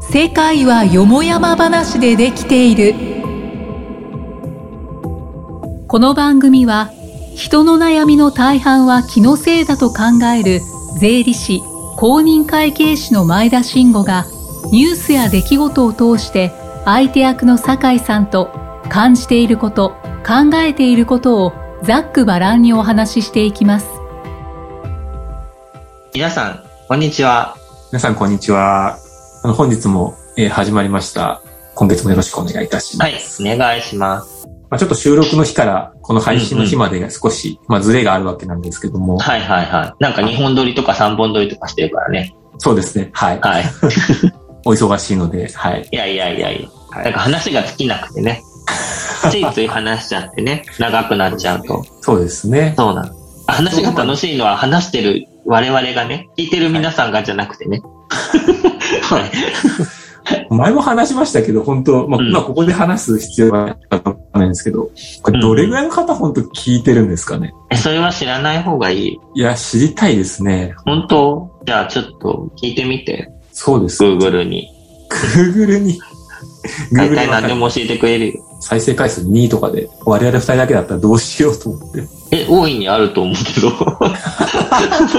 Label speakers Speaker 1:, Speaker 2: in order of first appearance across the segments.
Speaker 1: 世界はよもやま話でできているこの番組は人の悩みの大半は気のせいだと考える税理士公認会計士の前田慎吾がニュースや出来事を通して相手役の酒井さんと感じていること考えていることをざっくばらんにお話ししていきます
Speaker 2: 皆さん、こんにちは。
Speaker 3: 皆さん、こんにちは。あの、本日も、えー始まりました。今月もよろしくお願いいたします。
Speaker 2: はい、お願いします。
Speaker 3: まあ、ちょっと収録の日から、この配信の日まで少し、まあ、ズレがあるわけなんですけども、
Speaker 2: はいはいはい。なんか2本撮りとか3本撮りとかしてるからね。
Speaker 3: そうですね。はい。
Speaker 2: はい。
Speaker 3: お忙しいので、はい。
Speaker 2: いやいやいやいや。
Speaker 3: はい
Speaker 2: なんか話が尽きなくてね。ついつい話しちゃってね。長くなっちゃうと。
Speaker 3: そうですね。
Speaker 2: そうなの。あ話が楽しいのは話してる我々がね、聞いてる皆さんがじゃなくてね。はい。
Speaker 3: 前も話しましたけど、本当まあ、
Speaker 2: うん
Speaker 3: まあここで話す必要はなかったんですけど、これどれぐらいの方、本当聞いてるんですかね。
Speaker 2: え それは知らない方がいい。
Speaker 3: いや、知りたいですね。
Speaker 2: 本当じゃあちょっと聞いてみて。
Speaker 3: そうです。
Speaker 2: Google に。
Speaker 3: Google に、
Speaker 2: 大
Speaker 3: Google
Speaker 2: 体
Speaker 3: の
Speaker 2: 何でも教えてくれるよ。
Speaker 3: 再生回数2とかで、我々2人だけだったらどうしようと思って。
Speaker 2: え、大いにあると思うけど。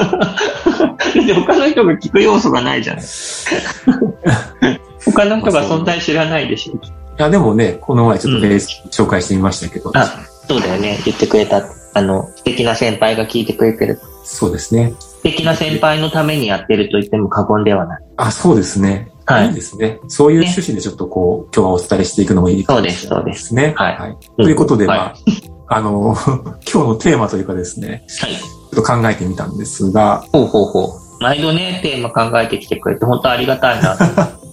Speaker 2: で他の人が聞く要素がないじゃん。 他の人が存在知らないでしょ。
Speaker 3: いや、でもね、この前ちょっと
Speaker 2: うん
Speaker 3: フェイス紹介してみましたけど、
Speaker 2: あ、そうだよね。言ってくれた。あの、素敵な先輩が聞いてくれてる。
Speaker 3: そうですね。
Speaker 2: 素敵な先輩のためにやってると言っても過言ではない。
Speaker 3: あ、そうですね。
Speaker 2: はい
Speaker 3: いですね。そういう趣旨でちょっとこう、今日はお伝えしていくのもいいかもしれないですね。
Speaker 2: そうですそうです
Speaker 3: はい。ということで、
Speaker 2: はい
Speaker 3: まあ、あの、 今日のテーマというかですね、
Speaker 2: はい。
Speaker 3: ちょっと考えてみたんですが、
Speaker 2: ほうほうほう。毎度ね、テーマ考えてきてくれて、本当ありがたい な。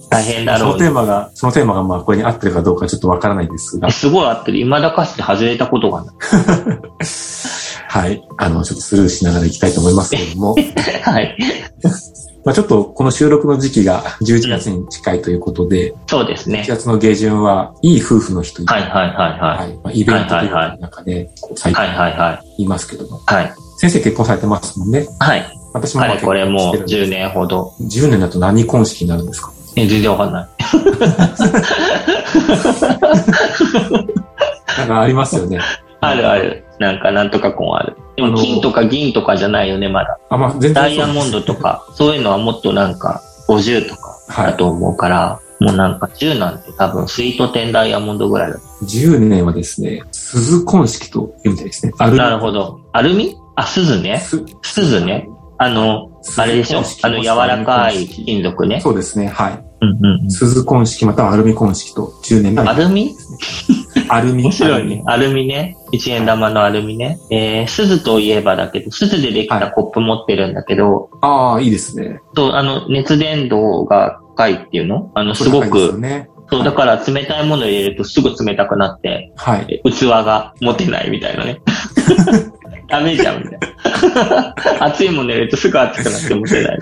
Speaker 2: 大変だ
Speaker 3: そ
Speaker 2: ろ
Speaker 3: の
Speaker 2: う
Speaker 3: テ
Speaker 2: ね。
Speaker 3: ーマが、そのテーマがまあ、これに合ってるかどうかちょっとわからないですが
Speaker 2: え、すごい合ってる。未だかつて外れたことがない。
Speaker 3: はい。あの、ちょっとスルーしながらいきたいと思いますけれども、
Speaker 2: はい。
Speaker 3: まあ、ちょっとこの収録の時期が11月に近いということで、
Speaker 2: そうですね
Speaker 3: 1。月の下旬はいい夫婦の日という
Speaker 2: はいはいはいは
Speaker 3: はい。まあ、イベントというか中で、こう最
Speaker 2: い。は
Speaker 3: 近
Speaker 2: いはいはい。
Speaker 3: 言いますけども。
Speaker 2: はい。
Speaker 3: 先生結婚されてますもんね。
Speaker 2: はい。
Speaker 3: 私も
Speaker 2: あ
Speaker 3: まあ
Speaker 2: れこれもう
Speaker 3: 結婚してる
Speaker 2: 10
Speaker 3: んで
Speaker 2: 年ほど。
Speaker 3: す10年だと何婚式になるんですか
Speaker 2: え、全然わかんない。
Speaker 3: なんかありますよ ね。
Speaker 2: あるある。なんかなんとか婚ある。で
Speaker 3: あ
Speaker 2: も
Speaker 3: の
Speaker 2: 金とか銀とかじゃないよね、まだ。
Speaker 3: あ、まあ、全然そう
Speaker 2: ダイヤモンドとか、そういうのはもっとなんか50とか
Speaker 3: は
Speaker 2: だ
Speaker 3: い。
Speaker 2: と思うから、もうなんか10なんて多分スイート10ダイヤモンドぐらいだ。
Speaker 3: 10年はですね、鈴婚式というみたいですね。ある
Speaker 2: なるほど。アルミあ、鈴ね。
Speaker 3: す
Speaker 2: 鈴ね。あの、
Speaker 3: 鈴
Speaker 2: あれでしょ
Speaker 3: 婚式
Speaker 2: あの柔らかい
Speaker 3: 鈴婚式
Speaker 2: 金属ね。
Speaker 3: そうですね。はい。
Speaker 2: うんうんうん。
Speaker 3: 鈴婚式またはアルミ婚式と10年
Speaker 2: ア
Speaker 3: が
Speaker 2: ルミ
Speaker 3: アルミ。
Speaker 2: 面白いね
Speaker 3: ね。。
Speaker 2: アルミね。一円玉のアルミね。えー、鈴といえばだけど、鈴でできたコップ持ってるんだけど、
Speaker 3: ああ、いいですね。
Speaker 2: そう、あの、熱伝導が高いっていうのあの、すご
Speaker 3: これ高いですよ
Speaker 2: く、
Speaker 3: ね。
Speaker 2: そう、だから冷たいものを入れるとすぐ冷たくなって、
Speaker 3: はい。
Speaker 2: 器が持てないみたいなね。 ダメじゃん、みたいな。 熱いもの入れるとすぐ熱くなって持てない。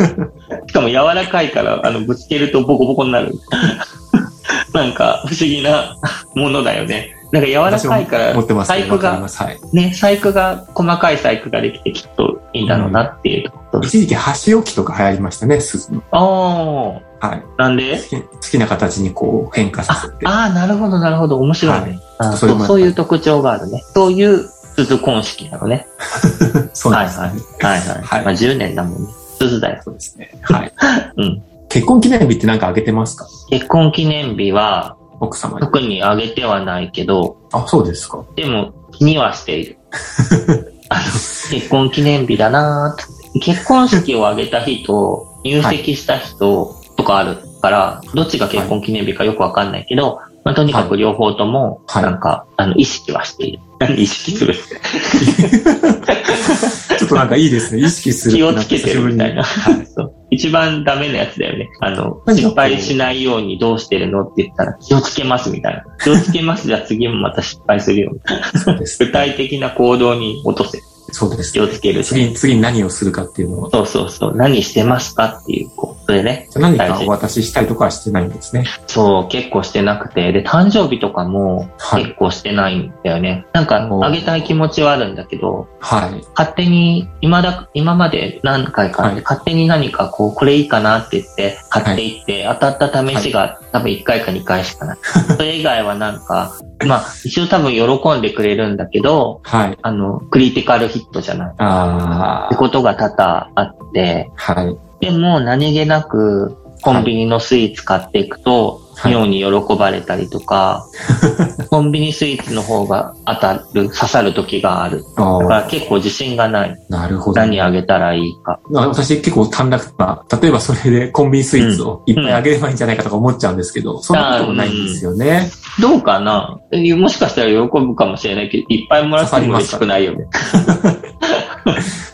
Speaker 2: しかも柔らかいから、あの、ぶつけるとボコボコになる。 なんか、不思議なものだよね。なんか柔らかいから、
Speaker 3: 私も持ってますね。
Speaker 2: 細工
Speaker 3: わかり
Speaker 2: が
Speaker 3: ま、す。はい。
Speaker 2: ね、細工が、細かい細工ができてきっといいんだろうなっていうところ。
Speaker 3: 一時期箸置きとか流行りましたね、鈴の。
Speaker 2: あ
Speaker 3: はい。
Speaker 2: あ、なんで
Speaker 3: 好き好きな形にこう変化させて。
Speaker 2: ああ、なるほど、なるほど。面白いね。
Speaker 3: はい
Speaker 2: あー
Speaker 3: そ
Speaker 2: そ
Speaker 3: れ
Speaker 2: う
Speaker 3: もやっぱり
Speaker 2: そういう特徴があるね。そういう鈴婚式なのね。
Speaker 3: そうなんですね。
Speaker 2: はいはいはい。
Speaker 3: はい
Speaker 2: まあ10年だもんね。鈴だよ。
Speaker 3: そうですね。はい。
Speaker 2: うん。
Speaker 3: 結婚記念日って何かあげてますか
Speaker 2: 結婚記念日は
Speaker 3: 奥様に。
Speaker 2: 特にあげてはないけど、
Speaker 3: あ、そうですか。
Speaker 2: でも気にはしてい る。あの、結婚記念日だなーって。結婚式をあげた日と入籍した日ととかあるから、どっちが結婚記念日かよくわかんないけど、まあ、とにかく両方とも、
Speaker 3: はい
Speaker 2: なんか、あの、意識はしている。 何意識する
Speaker 3: ちょっとなんかいいですね。意識する。
Speaker 2: 気をつけてるみたいな
Speaker 3: はい。
Speaker 2: そう一番ダメなやつだよね。あの、
Speaker 3: 何が
Speaker 2: 失敗しないようにどうしてるのって言ったら、気をつけますみたいな。気をつけますじゃあ次もまた失敗するよ。
Speaker 3: そうです
Speaker 2: 具。体的な行動に落とせ。
Speaker 3: そうです
Speaker 2: 気。をつけるし。
Speaker 3: 次、次何をするかっていうのを。
Speaker 2: そうそうそう。何してますかっていう、こう、それね。
Speaker 3: 何かお渡ししたりとかはしてないんですね。
Speaker 2: そう、結構してなくて。で、誕生日とかも
Speaker 3: はい
Speaker 2: 結構してないんだよね。なんか
Speaker 3: お、ー
Speaker 2: あげたい気持ちはあるんだけど、
Speaker 3: はい。
Speaker 2: 勝手に、今だ、今まで何回かあって、
Speaker 3: はい
Speaker 2: 勝手に何かこう、これいいかなって言って、買っていって、当たった試しが、多分1回か2回しか ない。それ以外はなんか、まあ、一応多分喜んでくれるんだけど、
Speaker 3: はい。
Speaker 2: あの、クリティカルヒットじゃない。
Speaker 3: あ
Speaker 2: ってことが多々あって、
Speaker 3: あ、はい。
Speaker 2: でも何気なくコンビニのスイーツ買っていくと、
Speaker 3: はい
Speaker 2: 妙に喜ばれたりとか、コンビニスイーツの方が当たる、刺さる時がある。 だか
Speaker 3: ああ、
Speaker 2: ら結構自信がない。
Speaker 3: なるほど。
Speaker 2: 何あげたらいいか。
Speaker 3: まあ私結構短絡な、例えばそれでコンビニスイーツをいっぱいあげればいいんじゃないかとか思っちゃうんですけど、そんなこともないんですよね。
Speaker 2: どうかなえもしかしたら喜ぶかもしれないけど、いっぱいもらっても嬉しくないよね。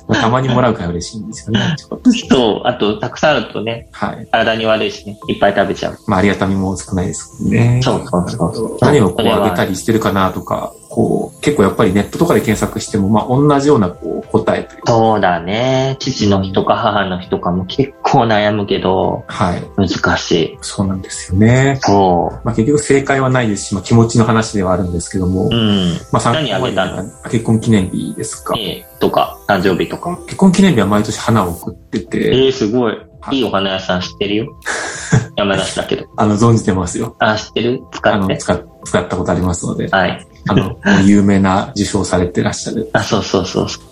Speaker 3: まあたまにもらうから嬉しいんですよね。ちょっと
Speaker 2: そう、あと、たくさんあるとね、
Speaker 3: はい。
Speaker 2: 体に悪いしね、いっぱい食べちゃう。
Speaker 3: まあありがたみも少ないですもんね。
Speaker 2: そうそうそうそう。
Speaker 3: 何をこう
Speaker 2: れは
Speaker 3: あげたりしてるかなとか、こう、結構やっぱりネットとかで検索しても、まあ同じようなこう答えというか、
Speaker 2: そうだね。父の日とか母の日とかも結構悩むけど、
Speaker 3: はい。
Speaker 2: 難しい。
Speaker 3: そうなんですよね。
Speaker 2: そ
Speaker 3: まあ結局正解はないですし、まあ気持ちの話ではあるんですけど
Speaker 2: う。
Speaker 3: も、
Speaker 2: うん。
Speaker 3: まあ参
Speaker 2: 何あげたの
Speaker 3: 結婚記念日ですか。
Speaker 2: ええとか、誕生日とか。
Speaker 3: 結婚記念日は毎年花を送ってて、
Speaker 2: ええすごい。
Speaker 3: はい
Speaker 2: いいお花屋さん知ってるよ。山梨だけど。
Speaker 3: あの、存じてますよ。
Speaker 2: あ、知ってる
Speaker 3: あ
Speaker 2: 使っ
Speaker 3: の、
Speaker 2: て。
Speaker 3: 使っ使ったことありますので、
Speaker 2: はい。
Speaker 3: あの、有名な受賞されてらっしゃる。
Speaker 2: あ、そうそうそう そう。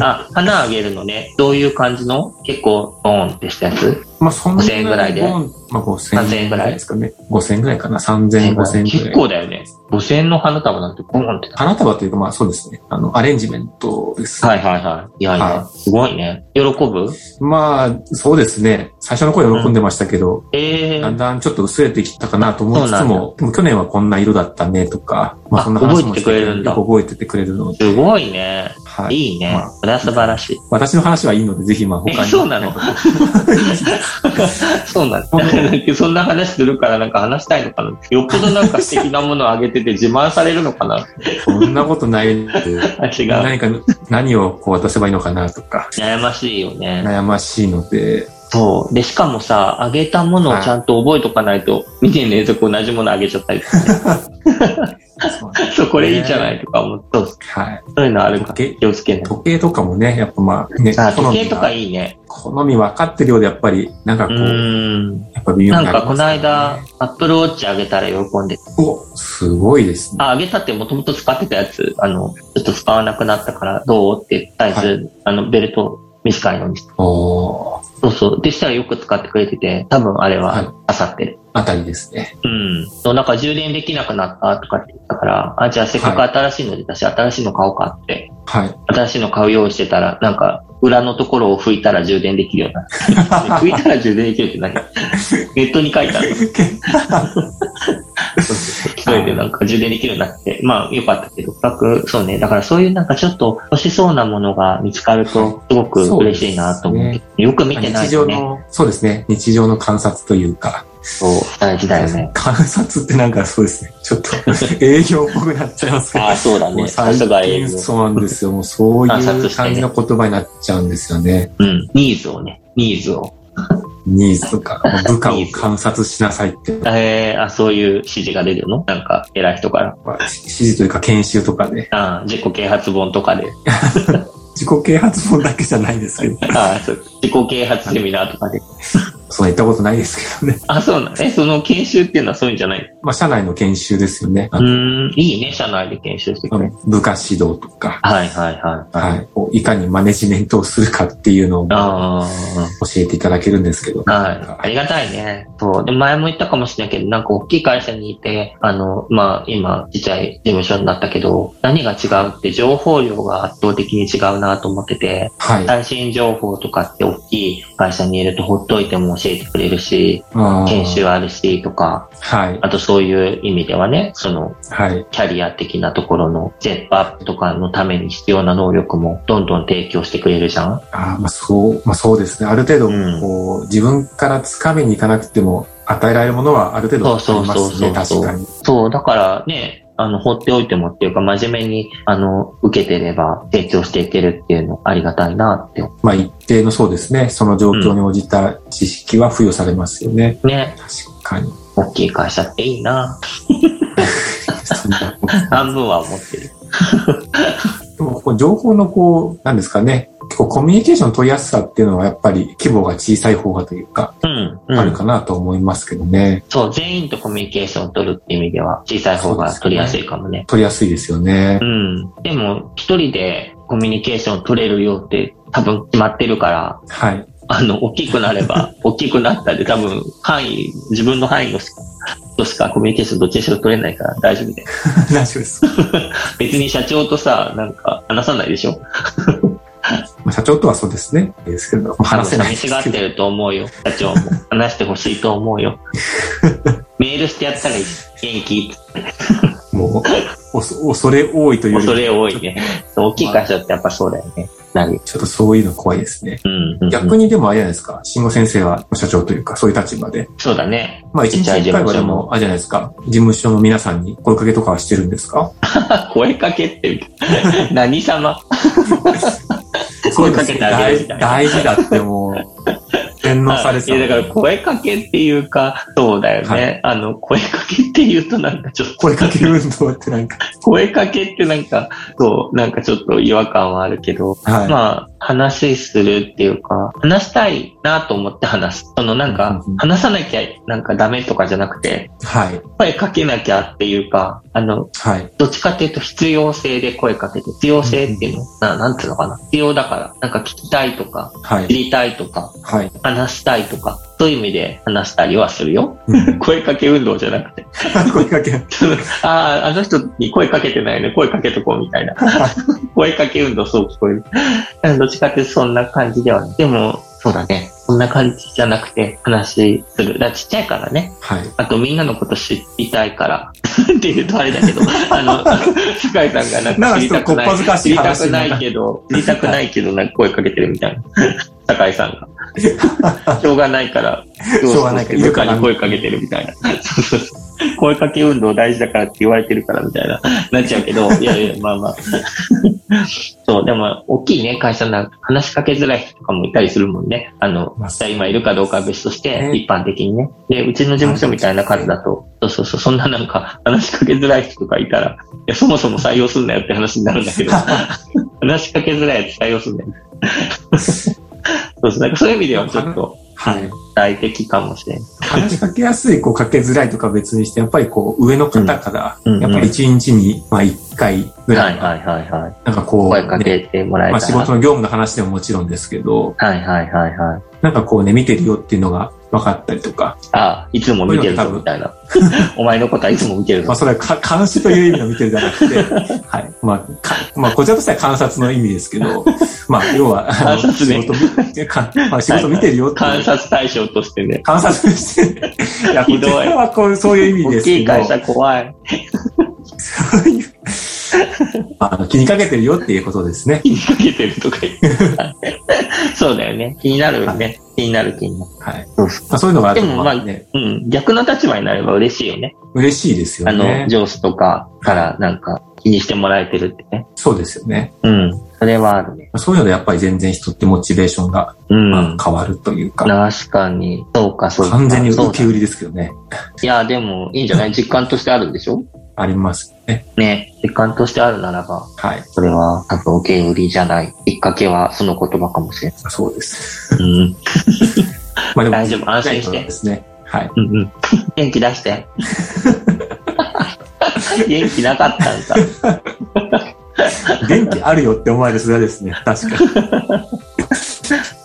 Speaker 2: あ、花あげるのね。どういう感じの結構、ボーンってしたやつ
Speaker 3: まあ、そんなに
Speaker 2: 5000円ぐらいで
Speaker 3: ボンまあ、5000
Speaker 2: 3000
Speaker 3: 円
Speaker 2: 円
Speaker 3: ぐ
Speaker 2: ぐ
Speaker 3: ら
Speaker 2: ら
Speaker 3: い
Speaker 2: い
Speaker 3: ですかね。5000円ぐらいかな。3000、5000円ぐら
Speaker 2: 結
Speaker 3: い。
Speaker 2: 構だよね。5000円の花束なんてボーンってた。
Speaker 3: 花束というか、まあそうですね。あの、アレンジメントです。
Speaker 2: はいはいはい。いやい
Speaker 3: は
Speaker 2: や、すごいね。喜ぶ
Speaker 3: まあ、そうですね。最初の頃喜んでましたけど、
Speaker 2: ええ
Speaker 3: だんだんちょっと薄れてきたかなと思いつ
Speaker 2: そ
Speaker 3: つ
Speaker 2: うなん
Speaker 3: も、でも去年はこんな色だったねとか、まあ
Speaker 2: あ
Speaker 3: そんな話
Speaker 2: 覚え
Speaker 3: も
Speaker 2: てくれるんだ
Speaker 3: よく覚えててくれるので、
Speaker 2: すごいね。
Speaker 3: はい。
Speaker 2: いいね
Speaker 3: まあ。
Speaker 2: それは素晴らしい。
Speaker 3: 私の話はいいので、ぜひまあ他に。
Speaker 2: えそうなの そうなん
Speaker 3: ほんと
Speaker 2: だ。 そんな話するからなんか話したいのかな。よっぽどなんか素敵なものをあげてて自慢されるのかな。
Speaker 3: そんなことない。
Speaker 2: あ違う。
Speaker 3: 何か、何をこう渡せばいいのかなとか、
Speaker 2: 悩ましいよね。
Speaker 3: 悩ましいので、
Speaker 2: そう。で、しかもさ、あげたものをちゃんと覚えとかないと、2年連続同じものあげちゃったりとかね
Speaker 3: そうね
Speaker 2: そう、これいいじゃないとか思って、そう
Speaker 3: はい。
Speaker 2: そういうのあるから
Speaker 3: 時計
Speaker 2: 気をつけない。
Speaker 3: 時計とかもね、やっぱまあね、
Speaker 2: あ、
Speaker 3: 好
Speaker 2: 時
Speaker 3: み
Speaker 2: 計と
Speaker 3: が
Speaker 2: かいいね。
Speaker 3: 好み分かってるようで、やっぱり、なんか
Speaker 2: う
Speaker 3: こう、
Speaker 2: ーん。
Speaker 3: やっぱ微妙
Speaker 2: な
Speaker 3: に
Speaker 2: ん
Speaker 3: なり
Speaker 2: かこ
Speaker 3: ます
Speaker 2: の
Speaker 3: からね
Speaker 2: 間、アップルウォッチあげたら喜んで
Speaker 3: お、すごいですね。
Speaker 2: あ、あげたってもともと使ってたやつ、あの、ちょっと使わなくなったからどうってサイズ、あ
Speaker 3: は
Speaker 2: の、ベルト短いのにして。
Speaker 3: おー
Speaker 2: そうそう。でしたらよく使ってくれてて、多分あれ
Speaker 3: はい
Speaker 2: はあさってる。
Speaker 3: あたりですね。
Speaker 2: うん。そう、なんか充電できなくなったとかって言ったから、あ、じゃあせっかく
Speaker 3: は
Speaker 2: 新しいの出たし、新しいの買おうかって。
Speaker 3: はい。
Speaker 2: 新しいの買う用意してたら、なんか、裏のところを拭いたら充電できるようにな った。拭いたら充電できるって何ネットに書いてある。一人でなんか充電できるようになって、まあ良かったけど、各、そうね、だからそういうなんかちょっと欲しそうなものが見つかると、すごく嬉しいなと思うけど、よ く見てない
Speaker 3: 日
Speaker 2: と
Speaker 3: 常
Speaker 2: ね、
Speaker 3: の、そうですね。日常の観察というか。
Speaker 2: そう、大事だよね。
Speaker 3: 観察ってなんかそうですね。ちょっと 営業っぽくなっちゃいますけど
Speaker 2: あ。あ、そうだ
Speaker 3: も
Speaker 2: ね。
Speaker 3: う
Speaker 2: さ
Speaker 3: 最
Speaker 2: すが英
Speaker 3: 近
Speaker 2: 語。
Speaker 3: そうなんですよ。もうそうい
Speaker 2: 観察して
Speaker 3: う
Speaker 2: ね
Speaker 3: 感じの言葉になっちゃうんですよね。
Speaker 2: うん、ニーズをね、ニーズを。
Speaker 3: ニーズとか、もう部下を
Speaker 2: ニーズ
Speaker 3: 観察しなさいって、
Speaker 2: えー、あ、そういう指示が出るのなんか、偉い人から。
Speaker 3: まあ指示というか研修とかで、
Speaker 2: ああ、自己啓発本とかで。
Speaker 3: 自己啓発本だけじゃないですけど、
Speaker 2: ああ、そう、自己啓発セミナーとかで。
Speaker 3: そう言ったことないですけどね。
Speaker 2: あ、そうなのえ、その研修っていうのはそういうんじゃない
Speaker 3: まあ、社内の研修ですよね。あ
Speaker 2: うーん、いいね、社内で研修して
Speaker 3: あ
Speaker 2: くれ
Speaker 3: の
Speaker 2: る。
Speaker 3: 部下指導とか、
Speaker 2: はいはいはい。
Speaker 3: はい、こういかにマネジメントをするかっていうのを教
Speaker 2: ああ。
Speaker 3: えていただけるんですけど、
Speaker 2: はい。ありがたいね。そう。で、前も言ったかもしれないけど、なんか大きい会社にいて、あの、まあ、今、ちっちゃい事務所になったけど、何が違うって情報量が圧倒的に違うなと思ってて、
Speaker 3: はい。
Speaker 2: 最新情報とかって大きい会社にいるとほっといても教えてくれるし、
Speaker 3: あー
Speaker 2: 研修あるしとか、
Speaker 3: はい。
Speaker 2: あとそういう意味ではね、その、
Speaker 3: はい。
Speaker 2: キャリア的なところのステップアップとかのために必要な能力もどんどん提供してくれるじゃん
Speaker 3: あーまあ、そう、まあ、そうですね。ある程度、
Speaker 2: うん
Speaker 3: こう、自分から掴みに行かなくても、与えられるものはある程度
Speaker 2: そうそう
Speaker 3: ありま
Speaker 2: そう
Speaker 3: す
Speaker 2: そ
Speaker 3: ね。
Speaker 2: う
Speaker 3: 確かに。
Speaker 2: そう、だからね、あの、放っておいてもっていうか、真面目に、あの、受けてれば成長していけるっていうのありがたいなって。
Speaker 3: まあ一定のそうですね、その状況に応じた知識は付与されますよね。
Speaker 2: ね、
Speaker 3: 確かに。
Speaker 2: 大きい会社っていい な。半分は思ってる。
Speaker 3: でもこう情報のこう、なんですかね、結構コミュニケーションの取りやすさっていうのはやっぱり規模が小さい方がというか、
Speaker 2: うん、う
Speaker 3: ある
Speaker 2: ん。
Speaker 3: かなと思いますけどね。
Speaker 2: そう、全員とコミュニケーションを取るって意味では、小さい方が取りやすいかもね。
Speaker 3: 取りやすいですよね
Speaker 2: う。ん。でも、一人でコミュニケーションを取れるようって多分決まってるから、
Speaker 3: はい。
Speaker 2: あの、大きくなれ ば、大きくなったで多分、範囲、自分の範囲のしとしかコミュニケーションどっちにしろ取れないから大丈夫で。
Speaker 3: 大丈夫 です。
Speaker 2: 別に社長とさ、なんか話さないでしょ
Speaker 3: まあ社長とはそうですね。ですけど、 話せないで
Speaker 2: 寂
Speaker 3: す
Speaker 2: しがっ
Speaker 3: け
Speaker 2: て
Speaker 3: ど。
Speaker 2: ると思うよ。社長も。話してほしいと思うよ。メールしてやったらいい。元気。
Speaker 3: もう、おそ恐れ多い というより
Speaker 2: 恐れ多いね。大きい会社ってやっぱそうだよね。なる。
Speaker 3: ちょっとそういうの怖いですね。
Speaker 2: うん、うん。
Speaker 3: 逆にでもあれじゃないですか。慎吾先生は社長というか、そういう立場で。
Speaker 2: そうだね。
Speaker 3: まあ一日一回はでも、あれじゃないですか。事務所の皆さんに声かけとかはしてるんですか
Speaker 2: 声かけって、 何様 声かけてあげるみたいな
Speaker 3: 大事だってもう、洗脳されて
Speaker 2: いや、だから声かけっていうか、そうだよね。
Speaker 3: は
Speaker 2: あの、声かけっていうとなんかちょっと、
Speaker 3: 声かけ運動ってなんか、
Speaker 2: 声かけってなんか、そう、なんかちょっと違和感はあるけど、
Speaker 3: はい。
Speaker 2: まあ、話するっていうか、話したいなと思って話す。そのなんか
Speaker 3: うんうん、
Speaker 2: 話さなきゃなんかダメとかじゃなくて、
Speaker 3: はい。
Speaker 2: 声かけなきゃっていうか、あの、
Speaker 3: はい。
Speaker 2: どっちかっていうと必要性で声かけて、必要性っていうの、ななんていうのかな。必要だから、なんか聞きたいとか、
Speaker 3: は
Speaker 2: 知
Speaker 3: い。
Speaker 2: りたいとか、
Speaker 3: はい。
Speaker 2: 話したいとか、そういう意味で話したりはするよ。
Speaker 3: うん
Speaker 2: 声かけ運動じゃなくて、
Speaker 3: 声かけ。
Speaker 2: ああ、あの人に声かけてないね、声かけとこうみたい な。声かけ運動、そう聞こえる。うんどっちかってそんな感じではない。でも、そうだね。そんな感じじゃなくて、話する。だからちっちゃいからね。
Speaker 3: はい。
Speaker 2: あと、みんなのこと知りたいから。 って言うとあれだけ ど、あの、スカイさんがなん
Speaker 3: なん
Speaker 2: か
Speaker 3: か
Speaker 2: 知りたくない。
Speaker 3: ちょっとこっぱずかしい話
Speaker 2: 知りたくないけど、知りたくないけど、なんか声かけてるみたいな。 酒井さん が。しょうがないから、
Speaker 3: しょうがないからいるから
Speaker 2: 部下に声かけてるみたいな。 そうそうそう声かけ運動大事だからって言われてるからみたいな、なっちゃうけど、いやいや、まあまあ。 そう、でも、大きいね、会社なんか話しかけづらい人とかもいたりするもんね。あの、
Speaker 3: まあ
Speaker 2: 実際今いるかどうかは別として、
Speaker 3: ね
Speaker 2: 一般的にね。で、うちの事務所みたいな数だと、そうそうそう、そんななんか話しかけづらい人とかいたら、いや、そもそも採用すんなよって話になるんだけ ど、話しかけづらいやつ採用すんなよ。そうそう、なんかそういう意味ではちょっと、
Speaker 3: はい。
Speaker 2: 大敵かもしれん。
Speaker 3: 話しかけやすい、こう、かけづらいとか別にして、やっぱりこう、上の方から、
Speaker 2: うんうん
Speaker 3: やっぱり一日に、まあ、一回ぐらいは、
Speaker 2: いはいはい。
Speaker 3: なんかこう、
Speaker 2: 声かけ
Speaker 3: ね
Speaker 2: てもらえ
Speaker 3: ま
Speaker 2: た
Speaker 3: あ、仕
Speaker 2: ら。
Speaker 3: 事の業務の話でももちろんですけど、
Speaker 2: はいはいはいはい。
Speaker 3: なんかこうね、見てるよっていうのが分かったりとか、
Speaker 2: ああ、いつも見てるぞみたいな。 お前のことはいつも見てる
Speaker 3: ま
Speaker 2: ぞ
Speaker 3: あ、。それはか監視という意味の見てるじゃなくて、 はい。まあ、かまあ、こちらとしては観察の意味です けど、まあ、要は、あ
Speaker 2: 観
Speaker 3: の
Speaker 2: 察ね
Speaker 3: 仕事見てかまあ、仕事見てるよっていう
Speaker 2: 観察対象としてね。
Speaker 3: 観察して、いや、こ
Speaker 2: ひ
Speaker 3: ち
Speaker 2: どい
Speaker 3: らはこう、そういう意味で
Speaker 2: 大
Speaker 3: すけ
Speaker 2: きい
Speaker 3: ど、
Speaker 2: 会社怖い。
Speaker 3: そういうあの気にかけてるよっていうことですね。
Speaker 2: 気にかけてるとか言って。 そうだよね。気になるよね。気になる気になる。
Speaker 3: はい。
Speaker 2: そう
Speaker 3: まあ、そういうのがあると、
Speaker 2: でも
Speaker 3: ま
Speaker 2: まあ
Speaker 3: あね、
Speaker 2: うん。逆の立場になれば嬉しいよね。
Speaker 3: 嬉しいですよ
Speaker 2: あの、
Speaker 3: ね。
Speaker 2: 上司とかからなんか気にしてもらえてるってね。
Speaker 3: そうですよね。
Speaker 2: うん。それはあるね。
Speaker 3: まあそういうのでやっぱり全然人ってモチベーションが、
Speaker 2: う
Speaker 3: ま
Speaker 2: ん。
Speaker 3: あ、変わるというか、
Speaker 2: 確かに。そうか、そうか。
Speaker 3: 完全に
Speaker 2: そう
Speaker 3: 受
Speaker 2: だ
Speaker 3: け売りですけどね。
Speaker 2: いや、でも、いいんじゃない実感としてあるんでしょ
Speaker 3: ありますね。
Speaker 2: ね。実感としてあるならば、
Speaker 3: はい。
Speaker 2: それは、多分、受け売りじゃない。きっかけは、その言葉かもしれない。
Speaker 3: そうです。
Speaker 2: うん。
Speaker 3: まあで
Speaker 2: 大丈夫、安心し
Speaker 3: そう
Speaker 2: て
Speaker 3: で。すね。はい。
Speaker 2: うんうん。元気出して。 元気なかったんか。
Speaker 3: 元気あるよって思える世代です ね。確かに。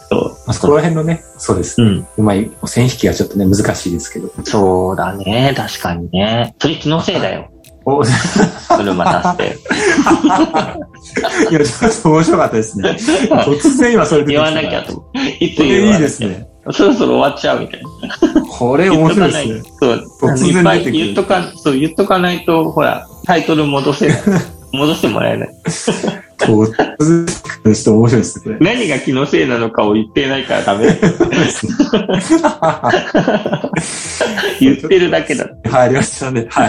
Speaker 2: そう。
Speaker 3: あそこら辺のね、そうです
Speaker 2: う
Speaker 3: ね。
Speaker 2: ん。
Speaker 3: うまい、線引きがちょっとね、難しいですけど。
Speaker 2: そうだね。確かにね。それ気のせいだよ。
Speaker 3: お い
Speaker 2: 車出 して。
Speaker 3: や、ちょっと面白かったですね。突然今それ出てき
Speaker 2: 言
Speaker 3: た
Speaker 2: わ
Speaker 3: から
Speaker 2: なきゃと。いつ
Speaker 3: こ
Speaker 2: 言
Speaker 3: れ
Speaker 2: わ
Speaker 3: い
Speaker 2: ないきゃ
Speaker 3: ですね。
Speaker 2: そろそろ終わっちゃうみたいな。
Speaker 3: これ面白いですね。
Speaker 2: そう。
Speaker 3: 突然
Speaker 2: いっぱい
Speaker 3: 出てくる
Speaker 2: 言っとか、そう、言っとかないと、ほら、タイトル戻せ ない。戻してもらえない。
Speaker 3: 突然、ちょっと面白いです ね。
Speaker 2: 何が気のせいなのかを言ってないから ダメ。言ってるだけだ。
Speaker 3: 入りましたね。は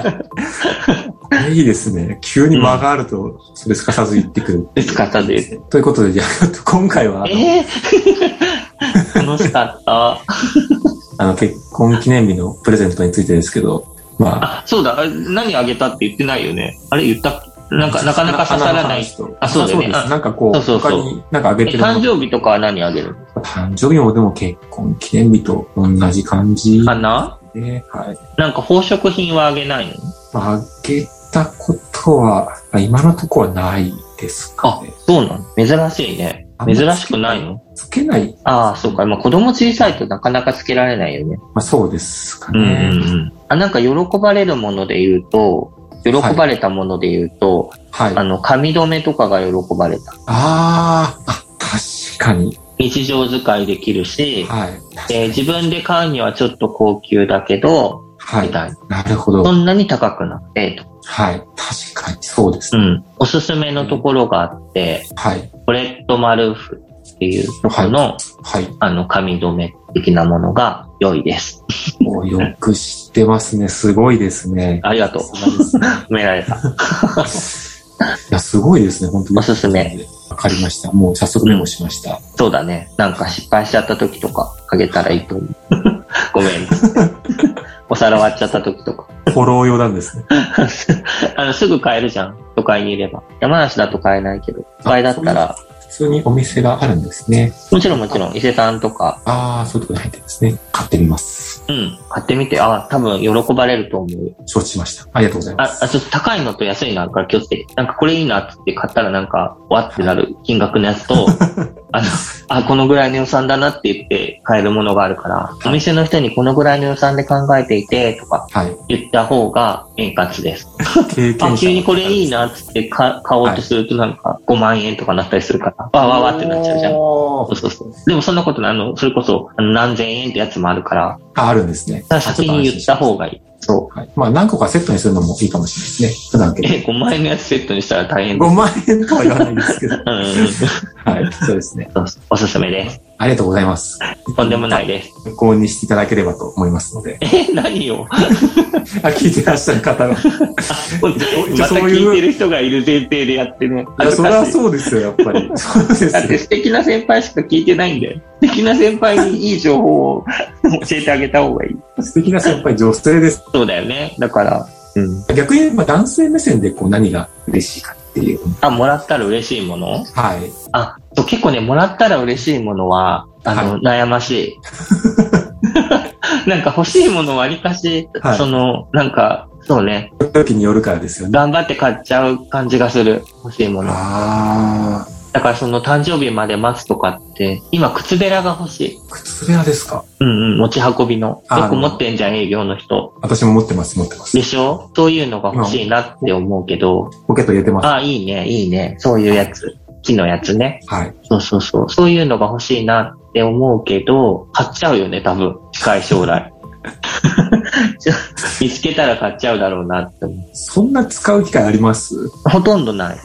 Speaker 3: い。いいですね。急に間があると、それすかさず言ってくる。
Speaker 2: です方 で。
Speaker 3: ということで、じゃあ、ちょっと今回は、あの
Speaker 2: えー、 楽しかった。
Speaker 3: あの、結婚記念日のプレゼントについてですけど、まあ、
Speaker 2: あ、そうだ。あれ何あげたって言ってないよね。あれ言ったっけなんか、なかなか刺さらない。
Speaker 3: 人。
Speaker 2: あそうだよね
Speaker 3: です。
Speaker 2: あ
Speaker 3: なんかこう、
Speaker 2: そうそう
Speaker 3: 他
Speaker 2: そう
Speaker 3: になんかあ
Speaker 2: え
Speaker 3: げてるも
Speaker 2: 誕
Speaker 3: の
Speaker 2: 生日とかは何あげるの
Speaker 3: 誕生日もでも結婚記念日と同じ感じ
Speaker 2: かな
Speaker 3: で、はい。
Speaker 2: なんか宝飾品はあげないの
Speaker 3: まあ、あげたことは、まあ今のところはないですか
Speaker 2: あ
Speaker 3: ね。、
Speaker 2: そうなの珍しいね。珍しくないの
Speaker 3: つけない。
Speaker 2: ああ、そうか。まあ子供小さいとなかなかつけられないよね。
Speaker 3: まあ、そうですか
Speaker 2: うんうん
Speaker 3: ね。
Speaker 2: うん。あ、なんか喜ばれるもので言うと、喜ばれたもので言うと、
Speaker 3: はい。
Speaker 2: あ
Speaker 3: あ
Speaker 2: の、髪留めとかが喜ばれた。
Speaker 3: あー、あ、確かに。
Speaker 2: 日常使いできるし、
Speaker 3: はい。
Speaker 2: えー自分で買うにはちょっと高級だけど、
Speaker 3: は
Speaker 2: み
Speaker 3: い。
Speaker 2: たいな。
Speaker 3: なるほど
Speaker 2: そ。んなに高くなくて、と
Speaker 3: はい。確かに、そうです
Speaker 2: う
Speaker 3: ね。
Speaker 2: ん。おすすめのところがあって、
Speaker 3: はい。
Speaker 2: フレットマルーフっていうところの、
Speaker 3: はい。
Speaker 2: あの、髪留め的なものが良いです。
Speaker 3: もうよく知ってますね。すごいですね。
Speaker 2: ありがとう。褒められた。
Speaker 3: いや、すごいですね。本当に。
Speaker 2: おすすめ。
Speaker 3: わかりました。もう早速メモしました。
Speaker 2: そうだね。なんか失敗しちゃった時とか、あげたらいいと思 う。ごめん。お皿割っちゃった時とか。
Speaker 3: フォロー用なんですね。
Speaker 2: あの、すぐ買えるじゃん。都会にいれば。山梨だと買えないけど、都会だったら、
Speaker 3: 普通にお店があるんですね。
Speaker 2: もちろんもちろん、伊勢さんとか、
Speaker 3: ああ、そういうとこに入ってるんですね。買ってみます。
Speaker 2: うん、買ってみて、あ、多分喜ばれると思う。
Speaker 3: 承知しました。ありがとうございま
Speaker 2: あ、
Speaker 3: す。
Speaker 2: あちょっと高いのと安いのあるから気をつけて。なんかこれいいなっつって買ったらなんか、わってなる金額のやつと、 あの、あ、このぐらいの予算だなって言って買えるものがあるから、お店の人にこのぐらいの予算で考えていて、とか
Speaker 3: はい。
Speaker 2: 言った方が円滑です。
Speaker 3: 経験
Speaker 2: あ、
Speaker 3: 者。
Speaker 2: 急にこれいいなっつってか買おうとするとなんか5万円とかなったりするから、わわわってなっちゃうじゃん。
Speaker 3: お
Speaker 2: そう
Speaker 3: ー
Speaker 2: そうそう。でもそんなことない、あの、それこそ、あの何千円ってやつもあるから、
Speaker 3: あ、あるんですね。
Speaker 2: 先に言った方がいい。そう。
Speaker 3: はい。まあ、何個かセットにするのもいいかもしれないですね。普段け
Speaker 2: え、5万円のやつセットにしたら大変です。
Speaker 3: 5万円とは言わないですけど。
Speaker 2: うんうんうん。
Speaker 3: はい。そうですね。
Speaker 2: そうそうおすすめです。
Speaker 3: ありがとうございます。
Speaker 2: とんでもないです。
Speaker 3: 参考にしていただければと思いますの で。
Speaker 2: え、何を
Speaker 3: あ、聞いてらっしゃる方が。
Speaker 2: また聞いてる人がいる前提でやってね。
Speaker 3: いや、そりゃ
Speaker 2: う
Speaker 3: そうですよ、やっぱり。 そうです
Speaker 2: だって
Speaker 3: よ。
Speaker 2: 素敵な先輩しか聞いてないんだよ。素敵な先輩にいい情報を教えてあげた方がいい。
Speaker 3: 素敵な先輩、女性です。
Speaker 2: そうだよね。だから、うん。
Speaker 3: 逆に言えば男性目線でこう何が嬉しいかっていう。
Speaker 2: あ、もらったら嬉しいもの
Speaker 3: はい。
Speaker 2: あ、そう、結構ね、もらったら嬉しいものは、あの、
Speaker 3: は
Speaker 2: 悩ま しい。なんか欲しいものわりかし、
Speaker 3: はい
Speaker 2: その、なんか、そうね、
Speaker 3: 時によるからですよね。
Speaker 2: 頑張って買っちゃう感じがする。欲しいもの。
Speaker 3: ああ、
Speaker 2: だからその誕生日まで待つとかって、今靴べらが欲しい。
Speaker 3: 靴べらですか
Speaker 2: うんうん、持ち運びの。
Speaker 3: あー
Speaker 2: よく持ってんじゃん、営業の人。
Speaker 3: 私も持ってます、持ってます
Speaker 2: で。しょそういうのが欲しいなって思うけど、
Speaker 3: ポケット入れてます。
Speaker 2: ああ、いいね、いいね。そういうやつ。木のやつね。
Speaker 3: はい。
Speaker 2: そうそうそう。そういうのが欲しいなって思うけど、買っちゃうよね、多分。近い将 来。ちょ見つけたら買っちゃうだろうなって思
Speaker 3: そんな使う機会あります
Speaker 2: う。ほとんどない。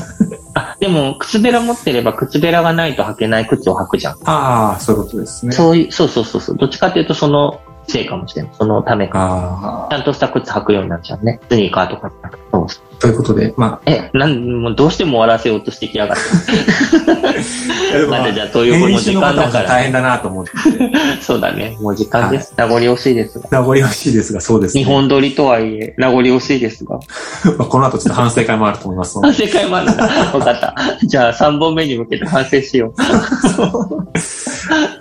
Speaker 2: あ、でも、靴べら持ってれば、靴べらがないと履けない靴を履くじゃん。
Speaker 3: ああ、そういうことですね。
Speaker 2: そういう、そうそうそうそう。どっちかっていうと、そのせいかもしれない。そのためか。
Speaker 3: あ
Speaker 2: ちゃんとした靴履くようになっちゃうね。スニーカーとかじゃなくて。そうそう
Speaker 3: あ、ということで、ま
Speaker 2: え、なん、もうどうしても終わらせようとしてきやがって。
Speaker 3: あ、
Speaker 2: まだじ
Speaker 3: ゃ
Speaker 2: ゃあ、というこの時間だから。
Speaker 3: 大変だなと思って、
Speaker 2: そうだね。もう時間です。名残惜しいですが。
Speaker 3: 名残惜しいですが、そうですね。
Speaker 2: 日本撮りとはいえ、名残惜しいですが。
Speaker 3: まあこの後ちょっと反省会もあると思いますので
Speaker 2: 反省会もあるんだ。 わかった。じゃあ、3本目に向けて反省しよう。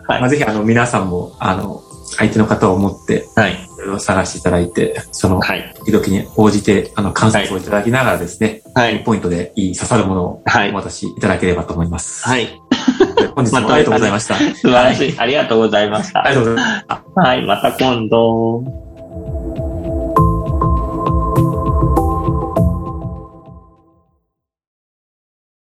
Speaker 2: はい
Speaker 3: まあ、ぜひあの皆さんもあの相手の方を思って
Speaker 2: はい。
Speaker 3: いろいろ探していただいてその
Speaker 2: はい。
Speaker 3: 時々に応じてあの観察をいただきながらですね、
Speaker 2: はい。
Speaker 3: ポイントでいい刺さるものを
Speaker 2: はい
Speaker 3: お渡しいただければと思います。
Speaker 2: はい。
Speaker 3: 本日もありがとうございました。
Speaker 2: 素晴らしい。ありがとうございまし
Speaker 3: あ
Speaker 2: た
Speaker 3: り。がとうございました。
Speaker 2: はい。また今度。